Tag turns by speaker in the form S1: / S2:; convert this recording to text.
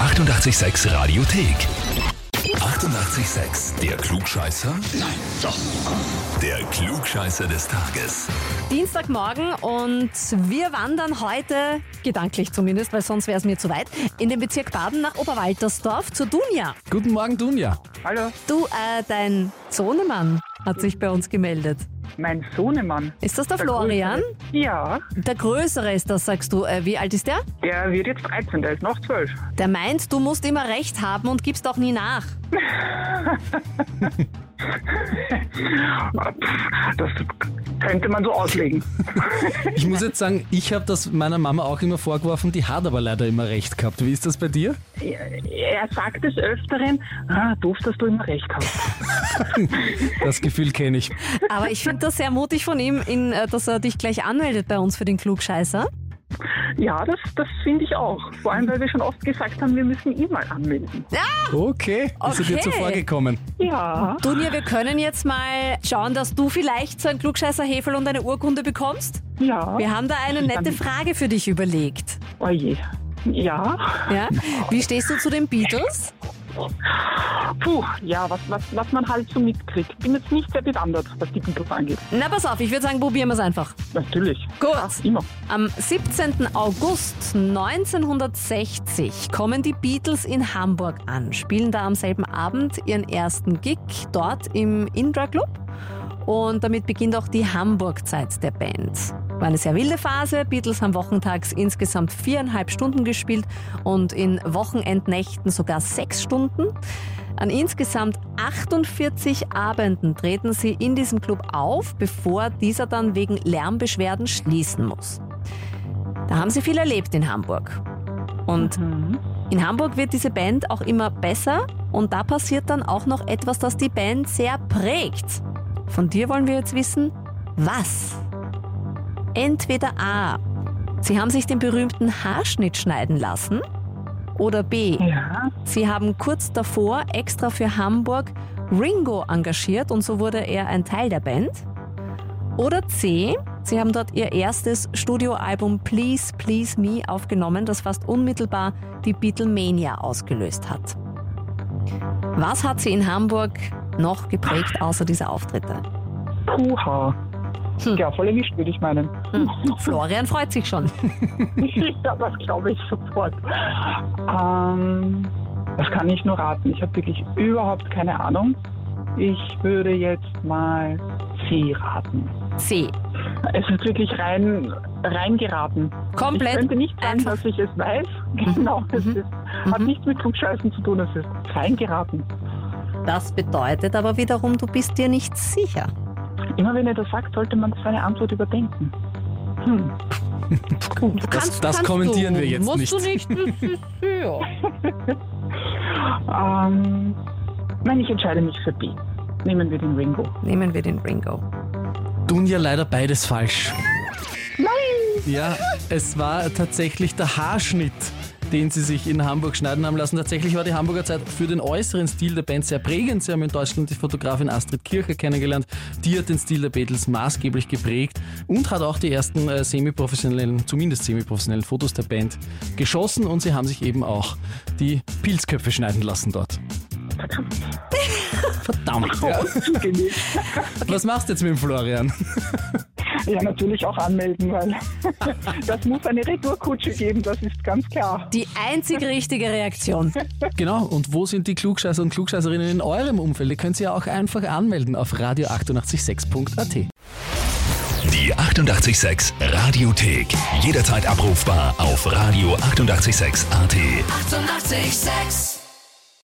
S1: 886 Radiothek. 88,6. Der Klugscheißer? Nein, doch. Der Klugscheißer des Tages.
S2: Dienstagmorgen und wir wandern heute, gedanklich zumindest, weil sonst wäre es mir zu weit, in den Bezirk Baden nach Oberwaltersdorf zu Dunja.
S3: Guten Morgen, Dunja.
S4: Hallo,
S2: Du, äh, dein Sohnemann hat sich bei uns gemeldet.
S4: mein Sohnemann.
S2: Ist das der Florian?
S4: Ja,
S2: Der Größere ist das, sagst du. Äh, wie alt ist der?
S4: der wird jetzt 13, der ist noch 12.
S2: Der meint, du musst immer recht haben und gibst auch nie nach.
S4: Ah, pff, Das könnte man so auslegen.
S3: Ich muss jetzt sagen, ich habe das meiner Mama auch immer vorgeworfen, die hat aber leider immer recht gehabt. Wie ist das bei dir?
S4: Er sagt des Öfteren, ah, doof, dass du immer recht hast.
S3: Das Gefühl kenne ich.
S2: Aber ich finde das sehr mutig von ihm, in, äh, dass er dich gleich anmeldet bei uns für den Klugscheißer.
S4: Ja, das, das finde ich auch. Vor allem, weil wir schon oft gesagt haben, wir müssen ihn mal anmelden.
S3: Okay, ist er dir
S2: Okay.
S3: zuvor gekommen?
S4: Ja,
S2: Dunja, wir können jetzt mal schauen, dass du vielleicht so ein Klugscheißer-Hefel und eine Urkunde bekommst.
S4: ja.
S2: Wir haben da eine nette Frage für dich überlegt.
S4: Oh je. Ja,
S2: Ja? Wie stehst du zu den Beatles?
S4: puh, ja, was, was, was man halt so mitkriegt. Bin jetzt nicht sehr bewandert, was die Beatles angeht.
S2: Na, pass auf, ich würde sagen, probieren wir es einfach.
S4: Natürlich,
S2: Gut.
S4: immer.
S2: Am 17. August 1960 kommen die Beatles in Hamburg an, spielen da am selben Abend ihren ersten Gig dort im Indra Club. Und damit beginnt auch die Hamburg-Zeit der Band. War eine sehr wilde Phase. Beatles haben wochentags insgesamt viereinhalb Stunden gespielt und in Wochenendnächten sogar sechs Stunden. An insgesamt 48 Abenden treten sie in diesem Club auf, bevor dieser dann wegen Lärmbeschwerden schließen muss. Da haben sie viel erlebt in Hamburg. Und
S4: Mhm.
S2: in Hamburg wird diese Band auch immer besser und da passiert dann auch noch etwas, das die Band sehr prägt. Von dir wollen wir jetzt wissen, was? Entweder A. Sie haben sich den berühmten Haarschnitt schneiden lassen oder B.
S4: Ja,
S2: Sie haben kurz davor extra für Hamburg Ringo engagiert und so wurde er ein Teil der Band. Oder C. Sie haben dort ihr erstes Studioalbum Please Please Me aufgenommen, das fast unmittelbar die Beatlemania ausgelöst hat. Was hat sie in Hamburg noch geprägt außer dieser Auftritte?
S4: puha.
S2: Hm.
S4: Ja, voll erwischt, würde ich meinen.
S2: Hm, Florian freut sich schon.
S4: ja, das glaube ich sofort. Ähm, das kann ich nur raten. Ich habe wirklich überhaupt keine Ahnung. Ich würde jetzt mal C raten.
S2: C.
S4: Es ist wirklich rein, rein geraten. Ich
S2: Komplett.
S4: könnte nicht sagen,
S2: einfach.
S4: dass ich es weiß. Genau, es
S2: Mhm.
S4: ist, hat
S2: Mhm.
S4: nichts mit Klugscheißen zu tun. Es ist rein geraten.
S2: Das bedeutet aber wiederum, du bist dir nicht sicher.
S4: Immer wenn ihr das sagt, sollte man seine Antwort überdenken. Hm.
S3: Das, das kommentieren wir jetzt nicht.
S4: Ähm, nein, ich entscheide mich für B. Nehmen wir den Ringo.
S2: Nehmen wir den Ringo.
S3: Dunja, leider beides falsch. Nein! Ja, es war tatsächlich der Haarschnitt den sie sich in Hamburg schneiden haben lassen. Tatsächlich war die Hamburger Zeit für den äußeren Stil der Band sehr prägend. Sie haben in Deutschland die Fotografin Astrid Kircher kennengelernt. Die hat den Stil der Beatles maßgeblich geprägt und hat auch die ersten äh, semi-professionellen, zumindest semi-professionellen Fotos der Band geschossen und sie haben sich eben auch die Pilzköpfe schneiden lassen dort. Verdammt. Verdammt. Ja. Was machst du jetzt mit dem Florian?
S4: Ja, natürlich auch anmelden, weil das muss eine Retourkutsche geben, das ist ganz klar.
S2: Die einzig richtige Reaktion.
S3: Genau, und wo sind die Klugscheißer und Klugscheißerinnen in eurem Umfeld? Die könnt ihr ja auch einfach anmelden auf radio886.at.
S1: Die 88,6 Radiothek. Jederzeit abrufbar auf radio886.at. 88,6.
S5: Eighty-eight, sex.